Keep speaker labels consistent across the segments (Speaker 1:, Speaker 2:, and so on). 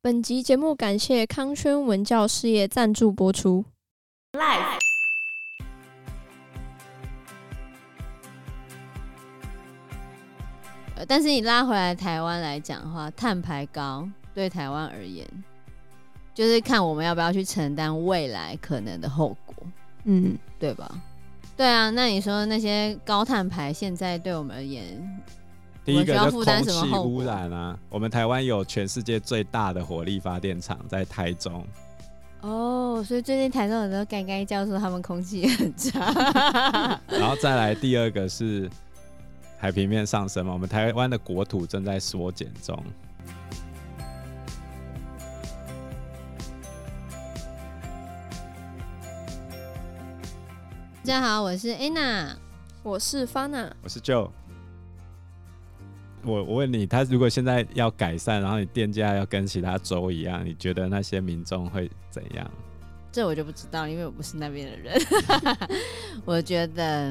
Speaker 1: 本集节目感谢康轩文教事业赞助播出。
Speaker 2: Life，
Speaker 3: 呃但是你拉回来台湾来讲的话，碳排高对台湾而言，就是看我们要不要去承担未来可能的后果，
Speaker 1: 嗯，
Speaker 3: 对吧？对啊，那你说那些高碳排现在对我们而言，
Speaker 4: 第一个
Speaker 3: 我们需要
Speaker 4: 就
Speaker 3: 负
Speaker 4: 空
Speaker 3: 担什么
Speaker 4: 气
Speaker 3: 后果
Speaker 4: 污染啊，我们台湾有全世界最大的火力发电厂在台中，
Speaker 3: 哦，所以最近台中有时候干干教授他们空气也很差，
Speaker 4: 然后再来第二个是海平面上升嘛，我们台湾的国土正在缩减中。
Speaker 3: 大家好，我是 Anna。
Speaker 1: 我是 Fana，
Speaker 4: 我是 Joe。我我问你，他如果现在要改善，然后你电价要跟其他州一样，你觉得那些民众会怎样？
Speaker 3: 这我就不知道，因为我不是那边的人。 我觉得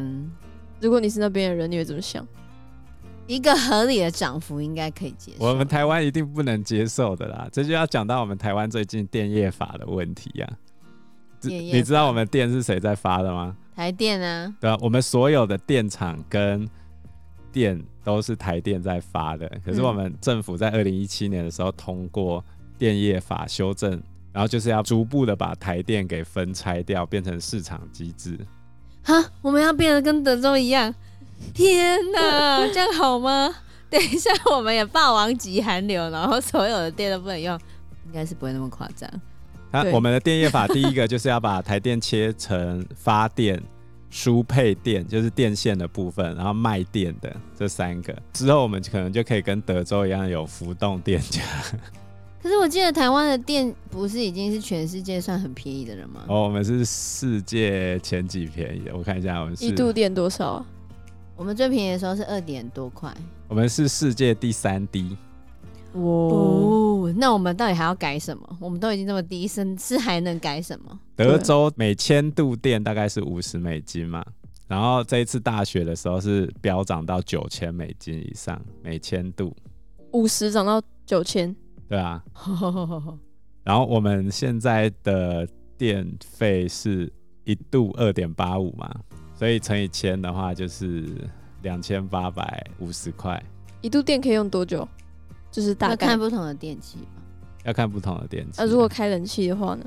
Speaker 1: 如果你是那边的人，你会怎么想？
Speaker 3: 一个合理的涨幅应该可以接
Speaker 4: 我
Speaker 3: 受。
Speaker 4: 们台湾一定不能接受的啦！这就要讲到我们台湾最近电业法的问题呀、知
Speaker 3: 电业
Speaker 4: 你知道我们电是谁在发的吗？
Speaker 3: 台电啊，
Speaker 4: 对吧、我们所有的电厂跟电都是台电在发的，可是
Speaker 3: 嗯
Speaker 4: 我们政府在二零一七年的时候通过电业法修正，然后就是要逐步的把台电给分拆掉，变成市场机制。
Speaker 3: 哈，我们要变得跟德州一样，天 哪，这样好吗？等一下，我们也霸王级寒流，然后所有的电都不能用，应该是不会那么夸张。
Speaker 4: 它
Speaker 1: 对
Speaker 4: 我们的电业法第一个就是要把台电切成发电、输配电，就是电线的部分，然后卖电的这三个。之后我们可能就可以跟德州一样有浮动电价。
Speaker 3: 可是我记得台湾的电不是已经是全世界算很便宜的了吗？
Speaker 4: 哦，我们是世界前几便宜的，我看一下，我们
Speaker 1: 一
Speaker 4: 是
Speaker 1: 度电多少啊？
Speaker 3: 我们最便宜的时候是二点多块。
Speaker 4: 我们是世界第三低。
Speaker 1: 哦，
Speaker 3: 哦，那我们到底还要改什么？我们都已经这么低，是是还能改什么？
Speaker 4: 德州每千度电大概是五十美金嘛，然后这一次大雪的时候是飙涨到九千美金以上每千度，
Speaker 1: 五十涨到九千，
Speaker 4: 对啊，然后我们现在的电费是一度二点八五嘛，所以乘以千的话就是两千八百五十块，
Speaker 1: 一度电可以用多久？就是大
Speaker 3: 要
Speaker 1: 概
Speaker 3: 看。不同的电器吧，
Speaker 4: 要看不同的电器。啊
Speaker 3: 呃
Speaker 1: 那、如果开冷气的话呢？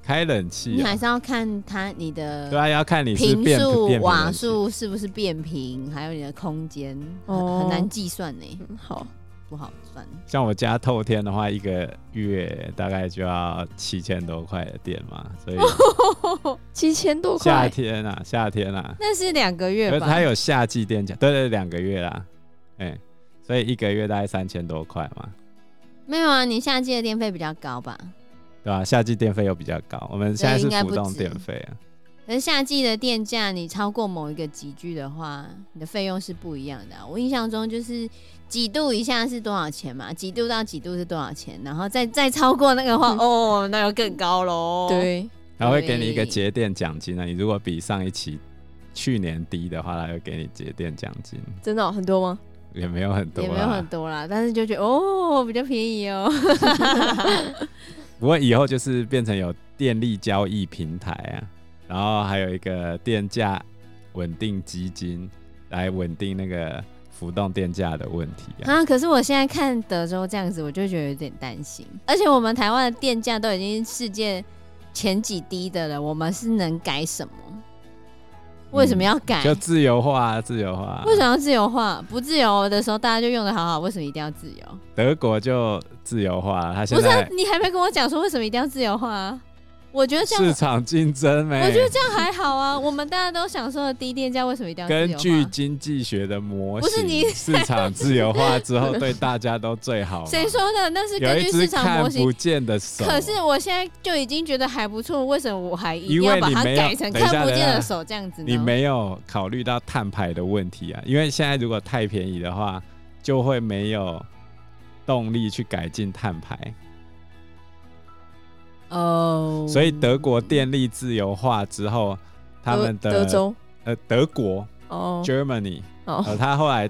Speaker 4: 开冷气
Speaker 3: 你
Speaker 4: 啊、
Speaker 3: 还是要看它你
Speaker 4: 对
Speaker 3: 的
Speaker 4: 啊，要看你是
Speaker 3: 频
Speaker 4: 变不
Speaker 3: 数
Speaker 4: 变、频
Speaker 3: 瓦
Speaker 4: 冷气
Speaker 3: 数是不是变频，还有你的空间，很
Speaker 1: 哦
Speaker 3: 很难计算呢，
Speaker 1: 嗯，好，
Speaker 3: 不好算。
Speaker 4: 像我家透天的话，一个月大概就要七千多块的电嘛， 所以
Speaker 1: 七千多
Speaker 4: 夏
Speaker 1: 块，
Speaker 4: 天啊，夏天啊，
Speaker 3: 那是两个
Speaker 4: 可
Speaker 3: 月
Speaker 4: 是它
Speaker 3: 吧？
Speaker 4: 有夏季电价，对对，两个月啦，哎、所以一个月大概三千多块嘛，
Speaker 3: 没有啊，你夏季的电费比较高吧？
Speaker 4: 对吧、夏季电费又比较高，我们现在
Speaker 3: 对
Speaker 4: 是
Speaker 3: 应该
Speaker 4: 浮
Speaker 3: 不
Speaker 4: 动
Speaker 3: 止
Speaker 4: 电费啊，
Speaker 3: 可是夏季的电价，你超过某一个集距的话，你的费用是不一样的啊、我印象中就是几度以下是多少钱嘛？几度到几度是多少钱？然后再再超过那个的话，
Speaker 1: 嗯
Speaker 3: 哦，那又更高喽。，
Speaker 1: 对，
Speaker 4: 它会给你一个
Speaker 3: 对
Speaker 4: 节电奖金啊，你如果比上一期去年低的话，它会给你节电奖金，
Speaker 1: 真的哦、很多吗？
Speaker 4: 也没有很多啊
Speaker 3: 也没有
Speaker 4: 啦
Speaker 3: 很，多啦，但是就觉得哦，比较便宜哦。
Speaker 4: 不过以后就是变成有电力交易平台啊，然后还有一个电价稳定基金来稳定那个浮动电价的问题啊。
Speaker 3: 啊，可是我现在看德州这样子，我就觉得有点担心。而且我们台湾的电价都已经世界前几低的了，我们是能改什么？
Speaker 4: 嗯
Speaker 3: 为什么要改？
Speaker 4: 就自由化、啊，自由化啊、
Speaker 3: 为什么要自由化？不自由的时候大家就用的好好，为什么一定要自由？
Speaker 4: 德国就自由化啊？它现
Speaker 3: 不是啊、
Speaker 4: 在
Speaker 3: 你还没跟我讲说为什么一定要自由化、啊？我觉得这
Speaker 4: 市
Speaker 3: 样，
Speaker 4: 场竞争欸没、
Speaker 3: 我觉得这样还好啊。我们大家都享受了低电价，为什么一定要自由化？
Speaker 4: 根据经济学的模型，
Speaker 3: 不是你
Speaker 4: 市场自由化之后对大家都最好嘛。
Speaker 3: 谁说的？那是
Speaker 4: 有
Speaker 3: 根
Speaker 4: 一
Speaker 3: 据
Speaker 4: 只
Speaker 3: 市场
Speaker 4: 看
Speaker 3: 模型
Speaker 4: 不。见的手？啊
Speaker 3: 可是我现在就已经觉得还不错，为什么我还一定
Speaker 4: 因为
Speaker 3: 要把
Speaker 4: 你
Speaker 3: 它
Speaker 4: 没有
Speaker 3: 改成
Speaker 4: 等一下
Speaker 3: 看不
Speaker 4: 等一
Speaker 3: 见
Speaker 4: 下
Speaker 3: 的手这样子呢？
Speaker 4: 你没有考虑到碳排的问题啊，因为现在如果太便宜的话，就会没有动力去改进碳排，
Speaker 3: 哦
Speaker 4: 所以德国电力自由化之后，他们的
Speaker 1: 德德州
Speaker 4: 呃德国
Speaker 1: 哦
Speaker 4: Germany
Speaker 1: 哦，
Speaker 4: 呃，它后来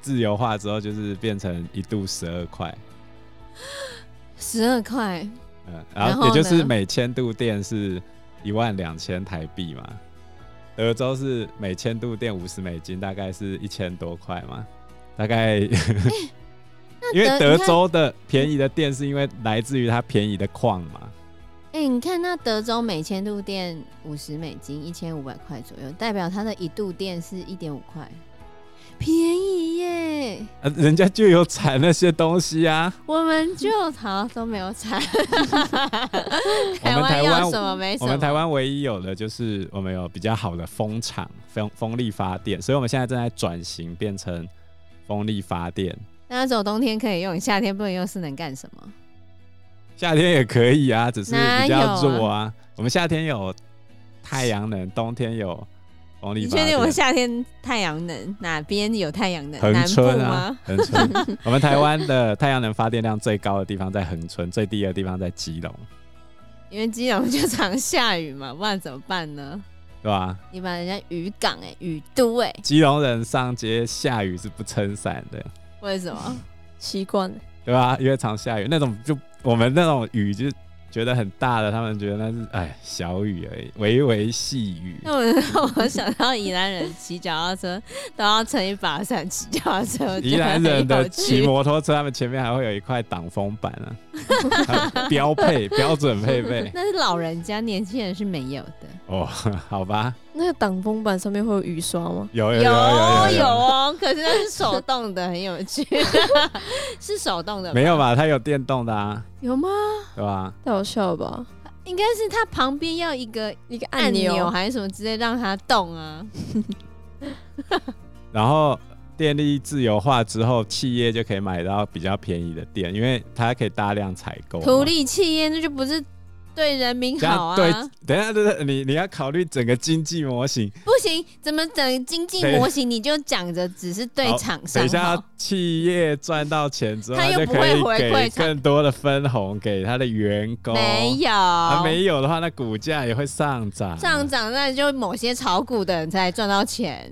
Speaker 4: 自由化之后就是变成一度十二块，
Speaker 3: 十二块，
Speaker 4: 嗯，
Speaker 3: 然
Speaker 4: 然后
Speaker 3: 后
Speaker 4: 也就
Speaker 3: 呢
Speaker 4: 是每千度电是一万两千台币嘛，德州是每千度电五十美金，大概是一千多块嘛，大概因为
Speaker 3: 德
Speaker 4: 德
Speaker 3: 你看
Speaker 4: 州的便宜的电是因为来自于它便宜的矿嘛，
Speaker 3: 哎、你看那德州每千度电五十美金，一千五百块左右，代表它的一度电是一点五块，便宜耶！
Speaker 4: 呃，人家就有产那些东西啊，
Speaker 3: 我们就好都没有产，
Speaker 4: 我
Speaker 3: 台
Speaker 4: 们台
Speaker 3: 湾要什
Speaker 4: 湾。
Speaker 3: 么啊没什
Speaker 4: 我
Speaker 3: 么，
Speaker 4: 们台湾唯一有的就是我们有比较好的风场风风力发电，所以我们现在正在转型变成风力发电，
Speaker 3: 那走冬天可以用，夏天不能用，是能干什么？
Speaker 4: 夏天也可以啊，只是比
Speaker 3: 哪有啊
Speaker 4: 较弱啊。我们夏天有太阳能，冬天有风力
Speaker 3: 你
Speaker 4: 发
Speaker 3: 确定
Speaker 4: 电
Speaker 3: 我。们夏天太阳能哪边有太阳能？
Speaker 4: 恒
Speaker 3: 南部
Speaker 4: 春啊
Speaker 3: 吗？，
Speaker 4: 恒春，我们台湾的太阳能发电量最高的地方在恒春，最低的地方在基隆，
Speaker 3: 因为基隆就常下雨嘛，不然怎么办呢？
Speaker 4: 对吧、
Speaker 3: 你把人家渔港哎、雨都哎、
Speaker 4: 基隆人上街下雨是不撑伞的，
Speaker 3: 为什 么？
Speaker 1: 习惯了。
Speaker 4: 对吧、因为常下雨，那种就我们那种雨就觉得很大的，他们觉得那是哎小雨而已，微微细雨。
Speaker 3: 那我让我想到宜兰人骑脚踏车都要撑一把伞骑脚踏车，我觉得
Speaker 4: 宜兰人
Speaker 3: 很
Speaker 4: 的
Speaker 3: 有
Speaker 4: 骑
Speaker 3: 趣。
Speaker 4: 摩托车，他们前面还会有一块挡风板啊，标配标准配 备
Speaker 3: 那是老人家，年轻人是没有的。
Speaker 4: 哦，好吧，
Speaker 1: 那个挡风板上面会有雨刷吗？
Speaker 4: 有
Speaker 3: 有
Speaker 4: 有有
Speaker 3: 有哦，可是那是手动的，很有 趣，是手动的，
Speaker 4: 没有？吧？它有电动的啊，
Speaker 3: 有吗？
Speaker 4: 对吧？
Speaker 1: 太好笑了吧！
Speaker 3: 应该是它旁边要一个
Speaker 1: 一个
Speaker 3: 按
Speaker 1: 按
Speaker 3: 钮
Speaker 1: 钮，
Speaker 3: 还是什么之类让它动啊。
Speaker 4: 然后电力自由化之后，企业就可以买到比较便宜的电，因为它可以大量采购嘛。
Speaker 3: 图利气焰，那就不是对人民
Speaker 4: 这
Speaker 3: 好
Speaker 4: 样
Speaker 3: 啊！
Speaker 4: 对，等一下，等一下，你你要考虑整个经济模型。
Speaker 3: 不行，怎么整经济模型你就讲着只是对
Speaker 4: 好
Speaker 3: 厂商
Speaker 4: 等一下
Speaker 3: 好？，
Speaker 4: 企业赚到钱之后，
Speaker 3: 他又
Speaker 4: 就
Speaker 3: 不
Speaker 4: 可
Speaker 3: 会
Speaker 4: 以
Speaker 3: 回
Speaker 4: 给
Speaker 3: 馈厂
Speaker 4: 更多的分红给他的员工。
Speaker 3: 没有，
Speaker 4: 啊，哦没有的话，那股价也会上涨，
Speaker 3: 上涨，那就某些炒股的人才赚到钱，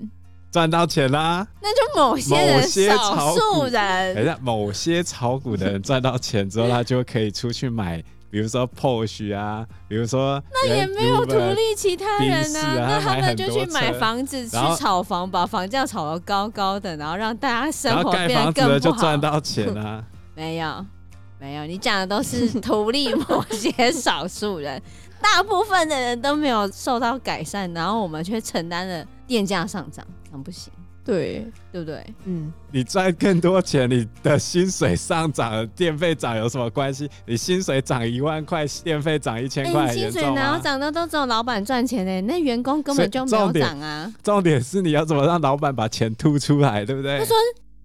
Speaker 4: 赚到钱啦。
Speaker 3: 那就某些
Speaker 4: 某
Speaker 3: 人
Speaker 4: 些
Speaker 3: 少
Speaker 4: 炒股
Speaker 3: 数人
Speaker 4: 等一下，某些炒股的人赚到钱之后，他就可以出去买，比如说 Porsche 啊，比如说那
Speaker 3: 也没有图利其他人
Speaker 4: 宾士
Speaker 3: 呢、
Speaker 4: 啊
Speaker 3: 那他
Speaker 4: 买
Speaker 3: 们
Speaker 4: 很
Speaker 3: 就
Speaker 4: 多
Speaker 3: 去买
Speaker 4: 车
Speaker 3: 房子，去
Speaker 4: 然后
Speaker 3: 炒房，把房价炒得高高的，然后让大家生
Speaker 4: 然
Speaker 3: 活
Speaker 4: 后盖
Speaker 3: 变得
Speaker 4: 房子
Speaker 3: 更
Speaker 4: 的就
Speaker 3: 不好
Speaker 4: 赚。到钱啊。
Speaker 3: 没有，没有，你讲的都是图利某些少数人， 大部分的人都没有受到改善，然后我们却承担了电价上涨，很不行，
Speaker 1: 对，
Speaker 3: 对不对？
Speaker 1: 嗯，
Speaker 4: 你赚更多钱，你的薪水上涨、电费涨有什么关系？你薪水涨一万块，电费涨一千块，
Speaker 3: 你
Speaker 4: 很
Speaker 3: 哎薪
Speaker 4: 严
Speaker 3: 水
Speaker 4: 重啊
Speaker 3: 哪
Speaker 4: 吗
Speaker 3: 有？涨到都只有老板赚钱呢、那员工根本就没
Speaker 4: 所以
Speaker 3: 有
Speaker 4: 重点
Speaker 3: 涨啊。
Speaker 4: 重点是你要怎么让老板把钱吐出来，对不对
Speaker 3: 他？说。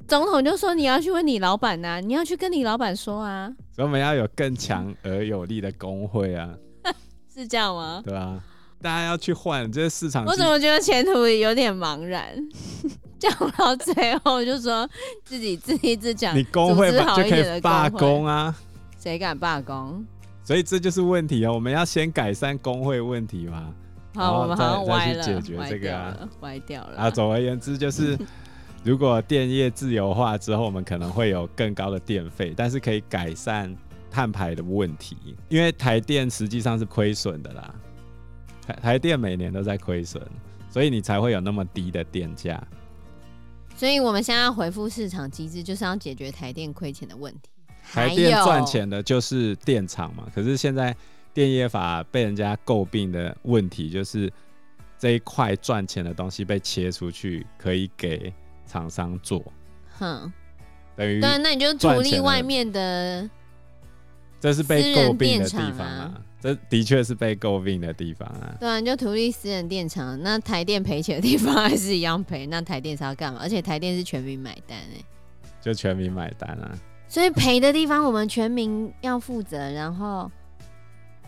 Speaker 3: 总统就说你要去问你老板呐、你要去跟你老板说啊，
Speaker 4: 所以我们要有更强而有力的工会啊。
Speaker 3: 是这样吗？
Speaker 4: 对啊，大家要去换，这是市场
Speaker 3: 我
Speaker 4: 机
Speaker 3: 怎么觉得前途有点茫 然？讲到最后就说自己自立自强，
Speaker 4: 你工会
Speaker 3: 组织
Speaker 4: 吧
Speaker 3: 好
Speaker 4: 就
Speaker 3: 一
Speaker 4: 可
Speaker 3: 点的
Speaker 4: 以罢
Speaker 3: 工会
Speaker 4: 工啊，
Speaker 3: 谁敢罢工？
Speaker 4: 所以这就是问题啊，我们要先改善工会问题嘛。然
Speaker 3: 好，
Speaker 4: 后
Speaker 3: 我们
Speaker 4: 再
Speaker 3: 好像
Speaker 4: 哦再
Speaker 3: 歪
Speaker 4: 去
Speaker 3: 了，
Speaker 4: 解决这个
Speaker 3: 歪
Speaker 4: 啊
Speaker 3: 掉了，歪掉了。
Speaker 4: 啊，总而言之就是，如果电业自由化之后，我们可能会有更高的电费，但是可以改善碳排的问题，因为台电实际上是亏损的啦，台台电每年都在亏损，所以你才会有那么低的电价。
Speaker 3: 所以我们现在要回复市场机制，就是要解决台电亏钱的问题。
Speaker 4: 台电赚钱的就是电厂嘛，可是现在电业法被人家诟病的问题就是这一块赚钱的东西被切出去，可以给厂商做，
Speaker 3: 还有，哼，
Speaker 4: 等于
Speaker 3: 对，啊那你就图
Speaker 4: 赚
Speaker 3: 利
Speaker 4: 钱的
Speaker 3: 外面的，
Speaker 4: 这是被诟病的地
Speaker 3: 私人电
Speaker 4: 方
Speaker 3: 厂
Speaker 4: 啊
Speaker 3: 啊，
Speaker 4: 这的确是被诟病的地方啊。
Speaker 3: 对啊，你就图利私人电厂。那台电赔钱的地方还是一样赔，那台电是要干嘛？而且台电是全民买单哎、
Speaker 4: 就全民买单啊，
Speaker 3: 所以赔的地方我们全民要负责，然后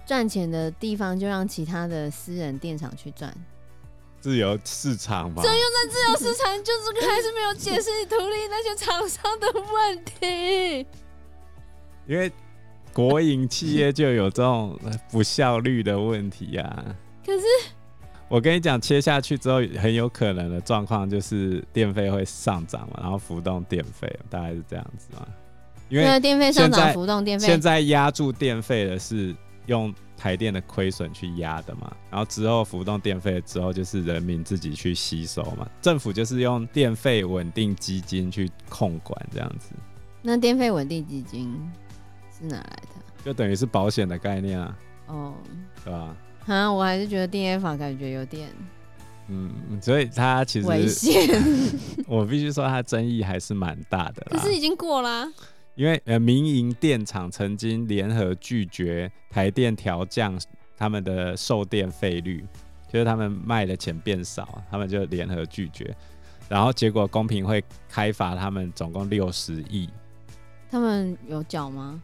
Speaker 3: 赚钱的地方就让其他的私人电厂去赚。
Speaker 4: 自由市场嘛，
Speaker 3: 自由市场就是还是没有解释你图利那些厂商的问题。
Speaker 4: 因为国营企业就有这种呃不效率的问题啊。
Speaker 3: 可是
Speaker 4: 我跟你讲，切下去之后，很有可能的状况就是电费会上涨嘛，然后浮动电费大概是这样子嘛。因
Speaker 3: 对
Speaker 4: 为
Speaker 3: 啊，电费上
Speaker 4: 现
Speaker 3: 涨
Speaker 4: 在
Speaker 3: 浮动电费
Speaker 4: 现，在压住电费的是用台电的亏损去压的嘛，然后之后浮动电费之后就是人民自己去吸收嘛，政府就是用电费稳定基金去控管这样子，
Speaker 3: 那电费稳定基金是哪来的？
Speaker 4: 就等于是保险的概念啊，
Speaker 3: 哦，
Speaker 4: 对吧？
Speaker 3: 啊，我还是觉得订阅法感觉有点
Speaker 4: 嗯，所以它其
Speaker 3: 危
Speaker 4: 实啊
Speaker 3: 险，
Speaker 4: 我必须说它争议还是蛮大的
Speaker 3: 可
Speaker 4: 啦，
Speaker 3: 是已经过啦、
Speaker 4: 因为呃民营电厂曾经联合拒绝台电调降他们的售电费率，就是他们卖的钱变少，他们就联合拒绝，然后结果公平会开罚他们总共六十亿，
Speaker 3: 他们有缴吗？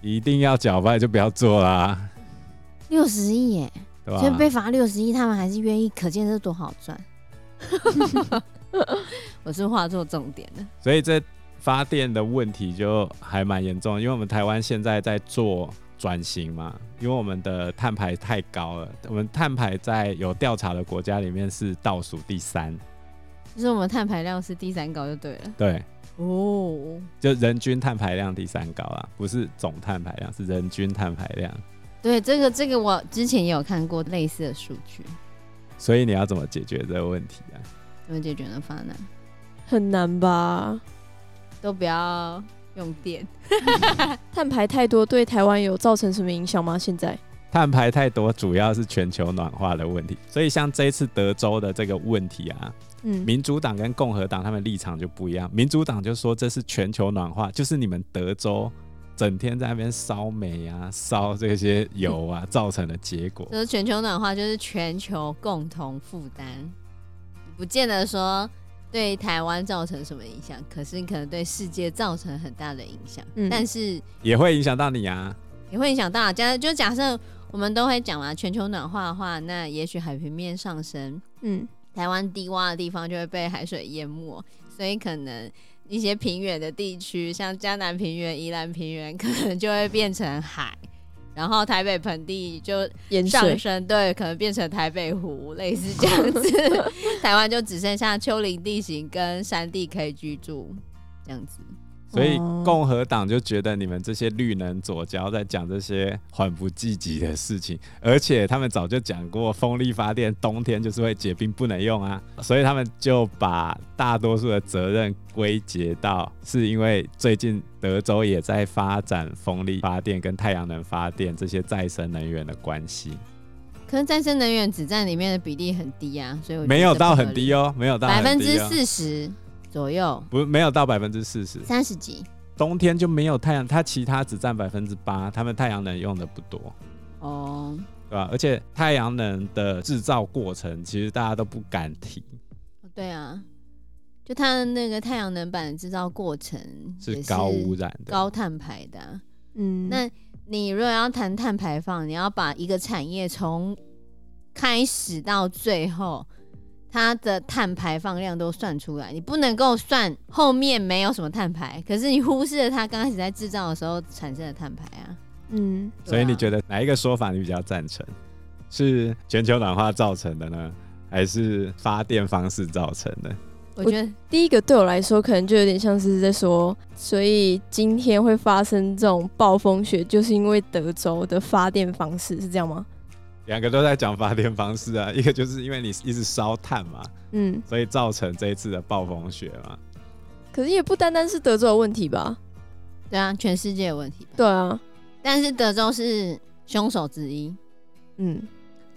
Speaker 4: 一定要缴，不然就不要做啦，
Speaker 3: 六十亿耶，
Speaker 4: 对吧？
Speaker 3: 所以被罚六十亿，他们还是愿意，可见这多好赚。 我是画错重点了。
Speaker 4: 所以这发电的问题就还蛮严重，因为我们台湾现在在做转型嘛，因为我们的碳排太高了，我们碳排在有调查的国家里面是倒数第三，
Speaker 3: 就是我们碳排量是第三高就对了。
Speaker 4: 对，
Speaker 3: 哦，
Speaker 4: 就人均碳排量第三高啦，不是总碳排量，是人均碳排量。
Speaker 3: 对，这个这个我之前也有看过类似的数据，
Speaker 4: 所以你要怎么解决这个问题啊？
Speaker 3: 怎么解决的方案？
Speaker 1: 很难吧？
Speaker 3: 都不要用电。
Speaker 1: 碳排太多对台湾有造成什么影响吗？现在
Speaker 4: 碳排太多主要是全球暖化的问题，所以像这一次德州的这个问题啊，
Speaker 1: 嗯，
Speaker 4: 民主党跟共和党他们立场就不一样。民主党就说这是全球暖化，就是你们德州整天在那边烧煤啊、烧这些油啊造成的结果。
Speaker 3: 就是全球暖化，就是全球共同负担，不见得说对台湾造成什么影响，可是可能对世界造成很大的影响。
Speaker 1: 嗯
Speaker 3: 但是
Speaker 4: 也会影响到你啊。
Speaker 3: 也会影响到，假就假设我们都会讲嘛，全球暖化的话，那也许海平面上升，
Speaker 1: 嗯，
Speaker 3: 台湾低洼的地方就会被海水淹没，所以可能一些平原的地区，像江南平原、宜兰平原，可能就会变成海。然后台北盆地就
Speaker 1: 盐
Speaker 3: 上
Speaker 1: 水
Speaker 3: 升，对，可能变成台北湖，类似这样 子。台湾就只剩下丘陵地形跟山地可以居住，这样子。
Speaker 4: 所以
Speaker 1: 哦
Speaker 4: 共和党就觉得你们这些绿能左交在讲这些缓不济急的事情，而且他们早就讲过，风力发电冬天就是会结冰，不能用啊，所以他们就把大多数的责任归结到是因为最近德州也在发展风力发电跟太阳能发电这些再生能源的关系，
Speaker 3: 可是再生能源只占里面的比例很低啊，所以我
Speaker 4: 没有到很低
Speaker 3: 哦，
Speaker 4: 哦，没有到
Speaker 3: 百
Speaker 4: 很低哦
Speaker 3: 分之，四十左右，
Speaker 4: 不没有到百分之四十，
Speaker 3: 三十几
Speaker 4: 冬天就没有太阳，它其他只占百分之八，他们太阳能用的不多。
Speaker 3: 哦。
Speaker 4: 对吧、而且太阳能的制造过程，其实大家都不敢提，
Speaker 3: 对啊，就它那个太阳能板的制造过程
Speaker 4: 是
Speaker 3: 也
Speaker 4: 高污染的。
Speaker 3: 高碳排的啊、
Speaker 1: 嗯，
Speaker 3: 那你如果要谈碳排放，你要把一个产业从开始到最后，它的碳排放量都算出来，你不能够算后面没有什么碳排，可是你忽视了它刚开始在制造的时候产生的碳排啊。
Speaker 1: 嗯，
Speaker 4: 所以你
Speaker 3: 得
Speaker 4: 觉得哪一个说法你比较赞成？是全球暖化造成的呢，还是发电方式造成的？？
Speaker 3: 我觉得
Speaker 1: 第一个对我来说可能就有点像是在说，所以今天会发生这种暴风雪，就是因为德州的发电方式是这样吗？
Speaker 4: 两个都在讲发电方式啊，一 个就是因为你一直烧炭嘛，
Speaker 1: 嗯，
Speaker 4: 所以造成这一次的暴风雪嘛。
Speaker 1: 可是也不单单是德州的问题吧？
Speaker 3: 对啊，全世界的问题吧。
Speaker 1: 对啊，
Speaker 3: 但是德州是凶手之一，
Speaker 1: 嗯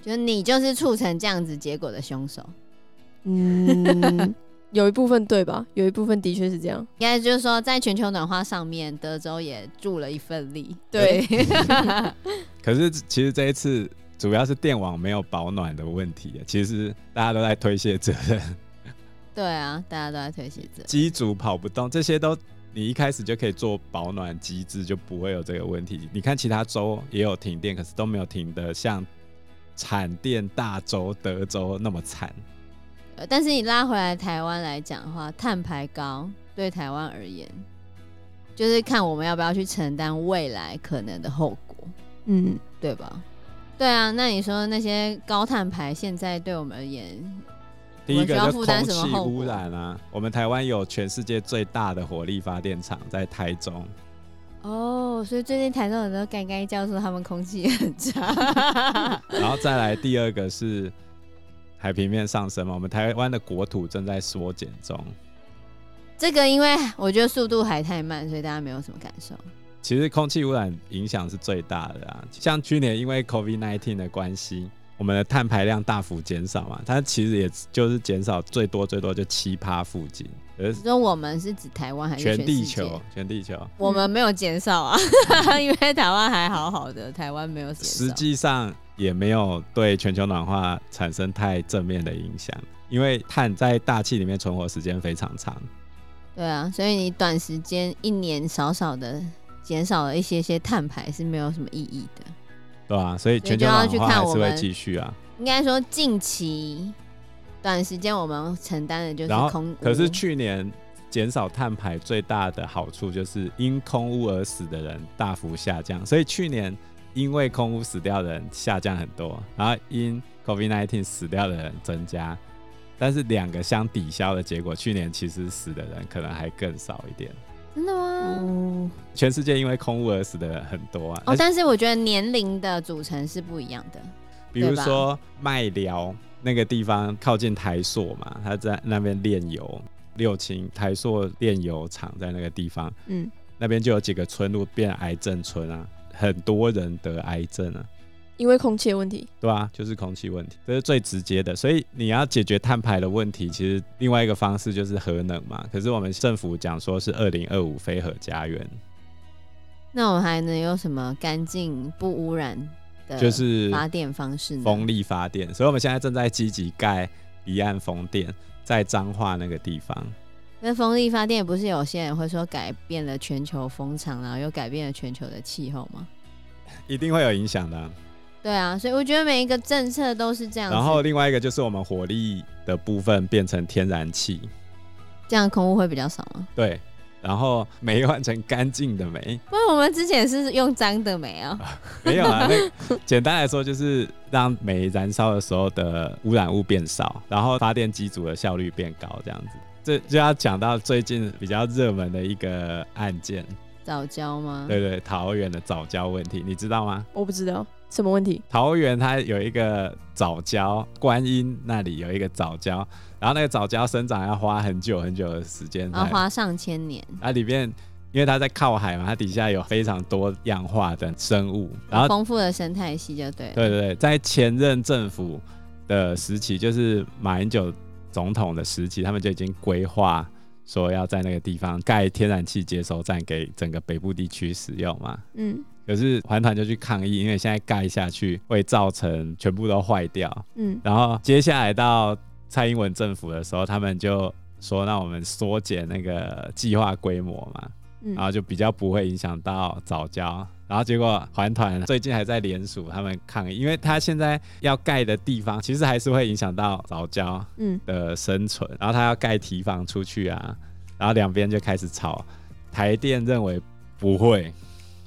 Speaker 3: 就是你就是促成这样子结果的凶手。
Speaker 1: 嗯， 有一部分对吧？有一部分的确是这样。
Speaker 3: 应该就是说，在全球暖化上面，德州也助了一份力。
Speaker 1: 对，
Speaker 4: 可是其实这一次主要是电网没有保暖的问题啊，其实大家都在推卸责任。
Speaker 3: 对啊，大家都在推卸责任。
Speaker 4: 机组跑不动，这些都你一开始就可以做保暖机制，就不会有这个问题。你看其他州也有停电，可是都没有停的像产电大州德州那么惨。
Speaker 3: 呃但是你拉回来台湾来讲的话，碳排高对台湾而言，就是看我们要不要去承担未来可能的后果，
Speaker 1: 嗯，
Speaker 3: 对吧？对啊，那你说那些高碳排现在对我们而言，
Speaker 4: 第一个
Speaker 3: 我们需要
Speaker 4: 就
Speaker 3: 负
Speaker 4: 空
Speaker 3: 担什么
Speaker 4: 气
Speaker 3: 后果
Speaker 4: 污染啊，我们台湾有全世界最大的火力发电厂在台中，
Speaker 3: 哦，所以最近台中很多该该教授他们空气也很差。
Speaker 4: 然后再来第二个是海平面上升嘛，我们台湾的国土正在缩减中。
Speaker 3: 这个因为我觉得速度还太慢，所以大家没有什么感受。
Speaker 4: 其实空气污染影响是最大的啊，像去年因为 COVID-19 的关系，我们的碳排量大幅减少嘛，它其实也就是减少最多最多就七趴附近，而
Speaker 3: 你说我们是指台湾还是
Speaker 4: 全
Speaker 3: 世
Speaker 4: 地
Speaker 3: 界
Speaker 4: 球全地球
Speaker 3: 我们没有减少啊， 因为台湾还好好的，台湾没有减少。
Speaker 4: 实际上也没有对全球暖化产生太正面的影响，因为碳在大气里面存活时间非常长。
Speaker 3: 对啊，所以你短时间一年少少的减少了一些些碳排是没有什么意义的。
Speaker 4: 对啊，所以
Speaker 3: 所以
Speaker 4: 全
Speaker 3: 就
Speaker 4: 球
Speaker 3: 要
Speaker 4: 暖
Speaker 3: 去
Speaker 4: 化
Speaker 3: 看
Speaker 4: 还
Speaker 3: 我
Speaker 4: 是会
Speaker 3: 们
Speaker 4: 继续啊。
Speaker 3: 应该说近期短时间我们承担的就是
Speaker 4: 然后
Speaker 3: 空污，，
Speaker 4: 可是去年减少碳排最大的好处就是因空污而死的人大幅下降，所以去年因为空污死掉的人下降很多，然后因 COVID-19 死掉的人增加，但是两个相抵消的结果，去年其实死的人可能还更少一点。
Speaker 3: 真的吗？
Speaker 4: 嗯
Speaker 1: 哦，
Speaker 4: 全世界因为空污而死的人很多啊，
Speaker 3: 哦，
Speaker 4: 而且
Speaker 3: 但是我觉得年龄的组成是不一样的。
Speaker 4: 比如
Speaker 3: 对吧
Speaker 4: 说麦寮那个地方靠近台塑嘛，他在那边炼油，六轻台塑炼油厂在那个地方，
Speaker 1: 嗯，
Speaker 4: 那边就有几个村落变癌症村啊，很多人得癌症啊，
Speaker 1: 因为空气的问题，
Speaker 4: 对吧、就是空气问题，这是最直接的。所以你要解决碳排的问题，其实另外一个方式就是核能嘛。可是我们政府讲说是二零二五非核家园，
Speaker 3: 那我们还能有什么干净不污染的？
Speaker 4: 就是
Speaker 3: 呃发电方式呢？
Speaker 4: 风力发电，所以我们现在正在积极盖离岸风电，在彰化那个地方。
Speaker 3: 那风力发电不是有些人会说改变了全球风场，然后又改变了全球的气候吗？
Speaker 4: 一定会有影响的啊、
Speaker 3: 对啊，所以我觉得每一个政策都是这样子。
Speaker 4: 然后另外一个就是我们火力的部分变成天然气，
Speaker 3: 这样空污会比较少吗？
Speaker 4: 对，然后煤换成干净的煤，
Speaker 3: 不然我们之前是用脏的煤啊。
Speaker 4: 没有啊，那简单来说就是让煤燃烧的时候的污染物变少，然后发电机组的效率变高，这样子。这就要讲到最近比较热门的一个案件，
Speaker 3: 早教吗？
Speaker 4: 对对，桃园的早教问题，你知道吗？
Speaker 1: 我不知道什么问题。
Speaker 4: 桃园它有一个早教，观音那里有一个早教，然后那个早教生长要花很久很久的时间才，
Speaker 3: 然后花上千年，
Speaker 4: 它里面因为它在靠海嘛，它底下有非常多样化的生物，然后
Speaker 3: 丰富的生态系就对了。
Speaker 4: 对对对，在前任政府的时期，就是马英九总统的时期，他们就已经规划说要在那个地方盖天然气接收站给整个北部地区使用嘛。
Speaker 1: 嗯
Speaker 4: 可是环团就去抗议，因为现在盖下去会造成全部都坏掉。
Speaker 1: 嗯，
Speaker 4: 然后接下来到蔡英文政府的时候，他们就说让我们缩减那个计划规模嘛。
Speaker 1: 嗯
Speaker 4: 然后就比较不会影响到早教。然后结果环团最近还在联署，他们抗议，因为他现在要盖的地方其实还是会影响到早教
Speaker 1: 嗯
Speaker 4: 的生存，然后他要盖提防出去啊，然后两边就开始吵，台电认为不会，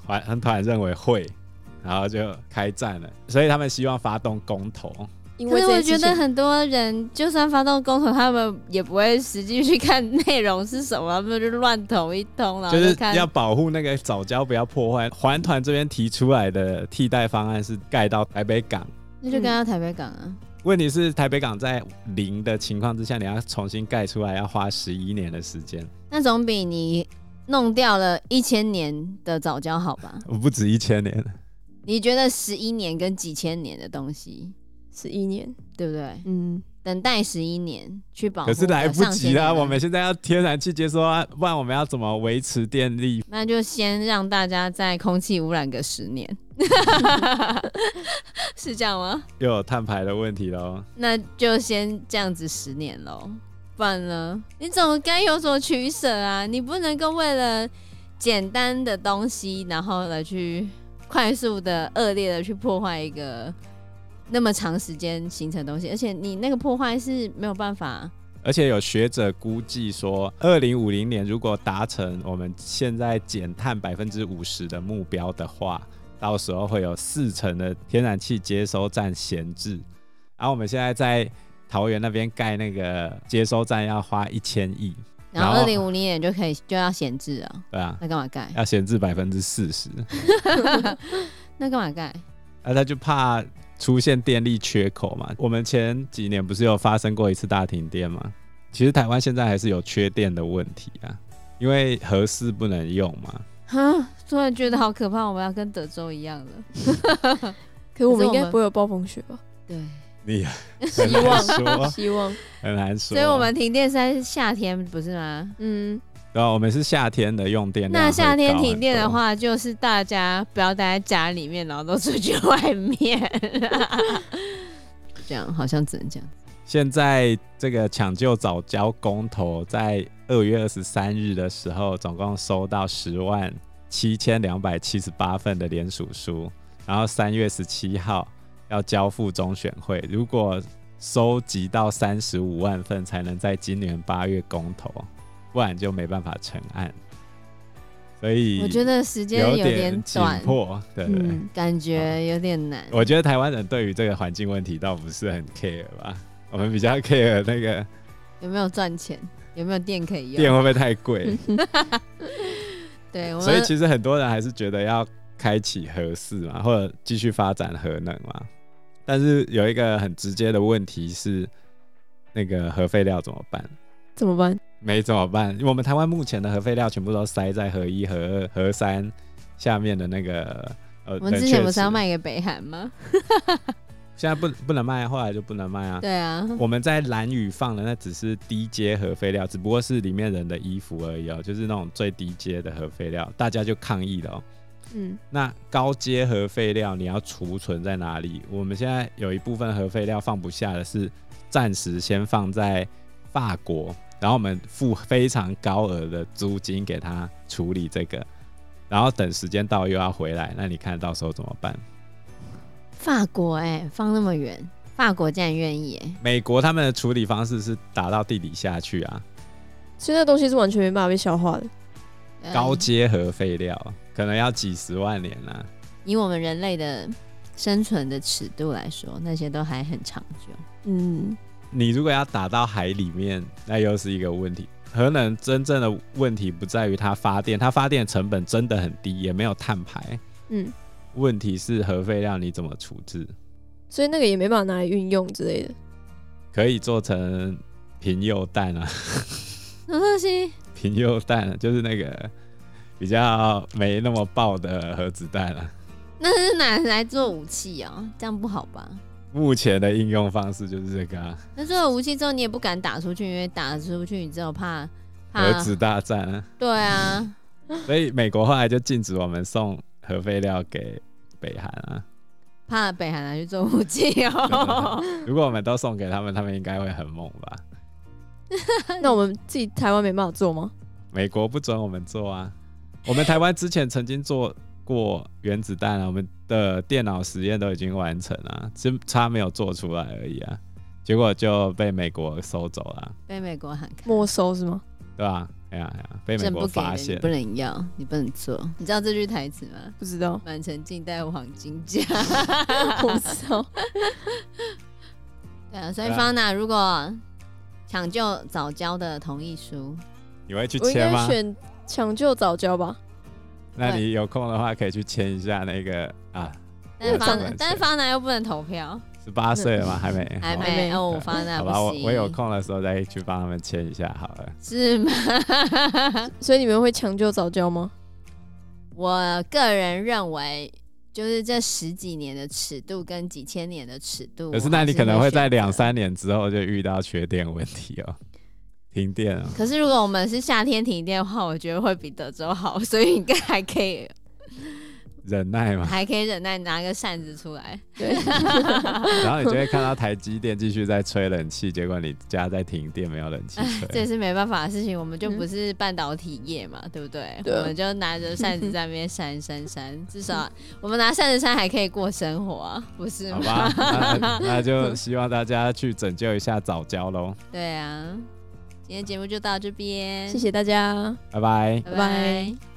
Speaker 4: 环环团认为会，然后就开战了，所以他们希望发动公投，
Speaker 1: 因
Speaker 3: 可
Speaker 1: 为这
Speaker 3: 是
Speaker 1: 件
Speaker 3: 我
Speaker 1: 事
Speaker 3: 觉得
Speaker 1: 情
Speaker 3: 很多人就算发动公投，他们也不会实际去看内容是什么，他们就乱投一通，然后
Speaker 4: 就是
Speaker 3: 看
Speaker 4: 要保护那个早教不要破坏。环团这边提出来的替代方案是盖到台北港。
Speaker 3: 那就跟到台北港啊。
Speaker 4: 问题是台北港在零的情况之下，你要重新盖出来，要花十一年的时间，
Speaker 3: 那总比你弄掉了一千年的早教好吧？
Speaker 4: 不止一千年。
Speaker 3: 你觉得十一年跟几千年的东西，
Speaker 1: 十一年，
Speaker 3: 对不对？
Speaker 1: 嗯，
Speaker 3: 等待十一年去保护，
Speaker 4: 可是来不及
Speaker 3: 了，
Speaker 4: 啦，我们现在要天然气接收啊，不然我们要怎么维持电力？
Speaker 3: 那就先让大家在空气污染个十年，是这样吗？
Speaker 4: 又有碳排的问题喽。
Speaker 3: 那就先这样子十年喽，不然呢？你总该有所取舍啊！你不能够为了简单的东西，然后来去快速的、恶劣的去破坏一个那么长时间形成的东西，而且你那个破坏是没有办法。
Speaker 4: 而且有学者估计说，二零五零年如果达成我们现在减碳百分之五十的目标的话，到时候会有四成的天然气接收站闲置。啊然后我们现在在桃园那边盖那个接收站要花一千亿，
Speaker 3: 然后
Speaker 4: 然
Speaker 3: 二
Speaker 4: 后
Speaker 3: 零五零年就可以就要闲置了，
Speaker 4: 对啊，
Speaker 3: 那干嘛盖？
Speaker 4: 要闲置百分之四十，
Speaker 3: 那干嘛盖？
Speaker 4: 那他就怕出现电力缺口嘛。我们前几年不是有发生过一次大停电吗？其实台湾现在还是有缺电的问题啊，因为核四不能用嘛，
Speaker 3: 哈，突然觉得好可怕，我们要跟德州一样了。
Speaker 1: 可是我们应
Speaker 3: 可是我
Speaker 1: 该
Speaker 3: 们
Speaker 1: 不会有暴风雪吧？
Speaker 3: 对，
Speaker 4: 你很
Speaker 1: 希望
Speaker 4: 难说，
Speaker 1: 希望，
Speaker 4: 很难说。
Speaker 3: 所以我们停电是在夏天，不是吗？
Speaker 1: 嗯，
Speaker 4: 对啊，我们是夏天的用电量
Speaker 3: 那
Speaker 4: 会
Speaker 3: 夏天
Speaker 4: 高很
Speaker 3: 停电的
Speaker 4: 多，
Speaker 3: 话，就是大家不要待在家里面，然后都出去外面。 这样好像只能这样。
Speaker 4: 现在这个抢救早教公投在二月二十三日的时候，总共收到十万七千两百七十八份的联署书，然后三月十七号要交付中选会，如果收集到三十五万份，才能在今年八月公投，不然就没办法成案。所以
Speaker 3: 我觉得时间
Speaker 4: 有
Speaker 3: 点
Speaker 4: 紧
Speaker 3: 短，
Speaker 4: 迫，哦对对对。
Speaker 1: 嗯
Speaker 3: 感觉有点难。
Speaker 4: 我觉得台湾人对于这个环境问题倒不是很 care 吧，我们比较 care 那个
Speaker 3: 有没有赚钱？有没有电可以用？
Speaker 4: 电会不会太贵，
Speaker 3: 对，我
Speaker 4: 所以
Speaker 3: 们
Speaker 4: 其实很多人还是觉得要开启核四嘛，或者继续发展核能嘛。但是有一个很直接的问题是，那个核废料怎么办？
Speaker 1: 怎么办？
Speaker 4: 没怎么办？我们台湾目前的核废料全部都塞在核一、核二、核三下面的那个呃，
Speaker 3: 我们之前不是要
Speaker 4: 冷却池，
Speaker 3: 卖给北韩吗？
Speaker 4: 现在不不能卖，后来就不能卖啊。
Speaker 3: 对啊，
Speaker 4: 我们在蓝宇放的那只是低阶核废料，只不过是里面人的衣服而已哦，就是那种最低阶的核废料，大家就抗议了哦。
Speaker 1: 嗯，
Speaker 4: 那高阶核废料你要储存在哪里？我们现在有一部分核废料放不下的是暂时先放在法国，然后我们付非常高额的租金给他处理这个，然后等时间到又要回来，那你看到时候怎么办？
Speaker 3: 法国哎、放那么远，法国竟然愿意哎、
Speaker 4: 美国他们的处理方式是打到地底下去啊，
Speaker 1: 所以那东西是完全没办法被消化的。
Speaker 3: 对啊
Speaker 4: 高阶核废料，可能要几十万年啊啦、
Speaker 3: 以我们人类的生存的尺度来说，那些都还很长久。
Speaker 1: 嗯，
Speaker 4: 你如果要打到海里面，那又是一个问题。核能真正的问题不在于它发电，它发电成本真的很低，也没有碳排。
Speaker 1: 嗯，
Speaker 4: 问题是核废料你怎么处置？
Speaker 1: 所以那个也没办法拿来运用之类的。
Speaker 4: 可以做成平铀弹啊，
Speaker 3: 什么东西？
Speaker 4: 平铀弹、啊、就是那个比较没那么爆的核子弹啊。
Speaker 3: 那是拿来做武器哦、这样不好吧？
Speaker 4: 目前的应用方式就是这个、啊、
Speaker 3: 那做了武器之后，你也不敢打出去，因为打出去你之后怕
Speaker 4: 核
Speaker 3: 怕。
Speaker 4: 子大战啊。
Speaker 3: 对啊，
Speaker 4: 所以美国后来就禁止我们送核废料给北韩啊。
Speaker 3: 怕北韩拿去做武器 哦、
Speaker 4: 如果我们都送给他们，他们应该会很猛吧？
Speaker 1: 那我们自己台湾没办法做吗？
Speaker 4: 美国不准我们做啊。我们台湾之前曾经做过原子弹啊，我们的电脑实验都已经完成了，只差没有做出来而已啊。结果就被美国收走了，
Speaker 3: 被美国喊开。
Speaker 1: 没收是吗？
Speaker 4: 对吧、哎呀哎呀，被美
Speaker 3: 朕
Speaker 4: 国
Speaker 3: 不给
Speaker 4: 发
Speaker 3: 的，你
Speaker 4: 现
Speaker 3: 不。能要，你不能做。你知道这句台词吗？，
Speaker 1: 不知 道
Speaker 3: 满城尽带黄金甲。
Speaker 1: 我不知道。
Speaker 3: 对啊，所以
Speaker 4: 对啊
Speaker 3: 方娜如果抢救早教的同意书，
Speaker 4: 你会去
Speaker 1: 我应
Speaker 4: 签
Speaker 1: 该
Speaker 4: 吗？
Speaker 1: 选抢救早教吧。
Speaker 4: 那你有空的话可以去签一下那个啊，
Speaker 3: 但是
Speaker 4: 我
Speaker 3: 方
Speaker 4: 赞成
Speaker 3: 但是方娜又不能投票，
Speaker 4: 十八岁了吗？还没，
Speaker 3: 还
Speaker 4: 好
Speaker 1: 还
Speaker 3: 没
Speaker 1: 没
Speaker 3: 哦，我
Speaker 4: 对
Speaker 3: 方娜
Speaker 4: 哎好
Speaker 3: 不
Speaker 4: 吧，我
Speaker 3: 行，
Speaker 4: 我有空的时候再去帮他们签一下好了。
Speaker 3: 是吗？
Speaker 1: 所以你们会抢救早教吗？
Speaker 3: 我个人认为。就是这十几年的尺度跟几千年的尺度，
Speaker 4: 可是
Speaker 3: 我
Speaker 4: 那
Speaker 3: 还
Speaker 4: 你可能
Speaker 3: 会
Speaker 4: 会在
Speaker 3: 选择
Speaker 4: 两。三年之后就遇到缺电问题哦，停电哦。
Speaker 3: 可是如果我们是夏天停电的话，我觉得会比德州好，所以应该还可以，
Speaker 4: 啊忍 耐嘛，
Speaker 3: 还可以忍耐拿个扇子出来。
Speaker 1: 对，
Speaker 4: 然后你就会看到台积电继续在吹冷气，结果你家在停电，没有冷气
Speaker 3: 这
Speaker 4: 吹
Speaker 3: 也。是没办法的事情，我们就
Speaker 1: 嗯
Speaker 3: 不是半导体业嘛，对不对？
Speaker 1: 对啊
Speaker 3: 我们就拿着 扇子在那边扇扇扇，至少我们拿扇子扇还可以过生活啊，不是
Speaker 4: 好
Speaker 3: 吗？
Speaker 4: 吧，那那就希望大家去拯救一下早教喽，
Speaker 3: 对啊，今天节目就到这边，
Speaker 1: 谢，谢大家。
Speaker 4: 拜拜。
Speaker 3: 拜
Speaker 1: 拜拜
Speaker 3: 拜。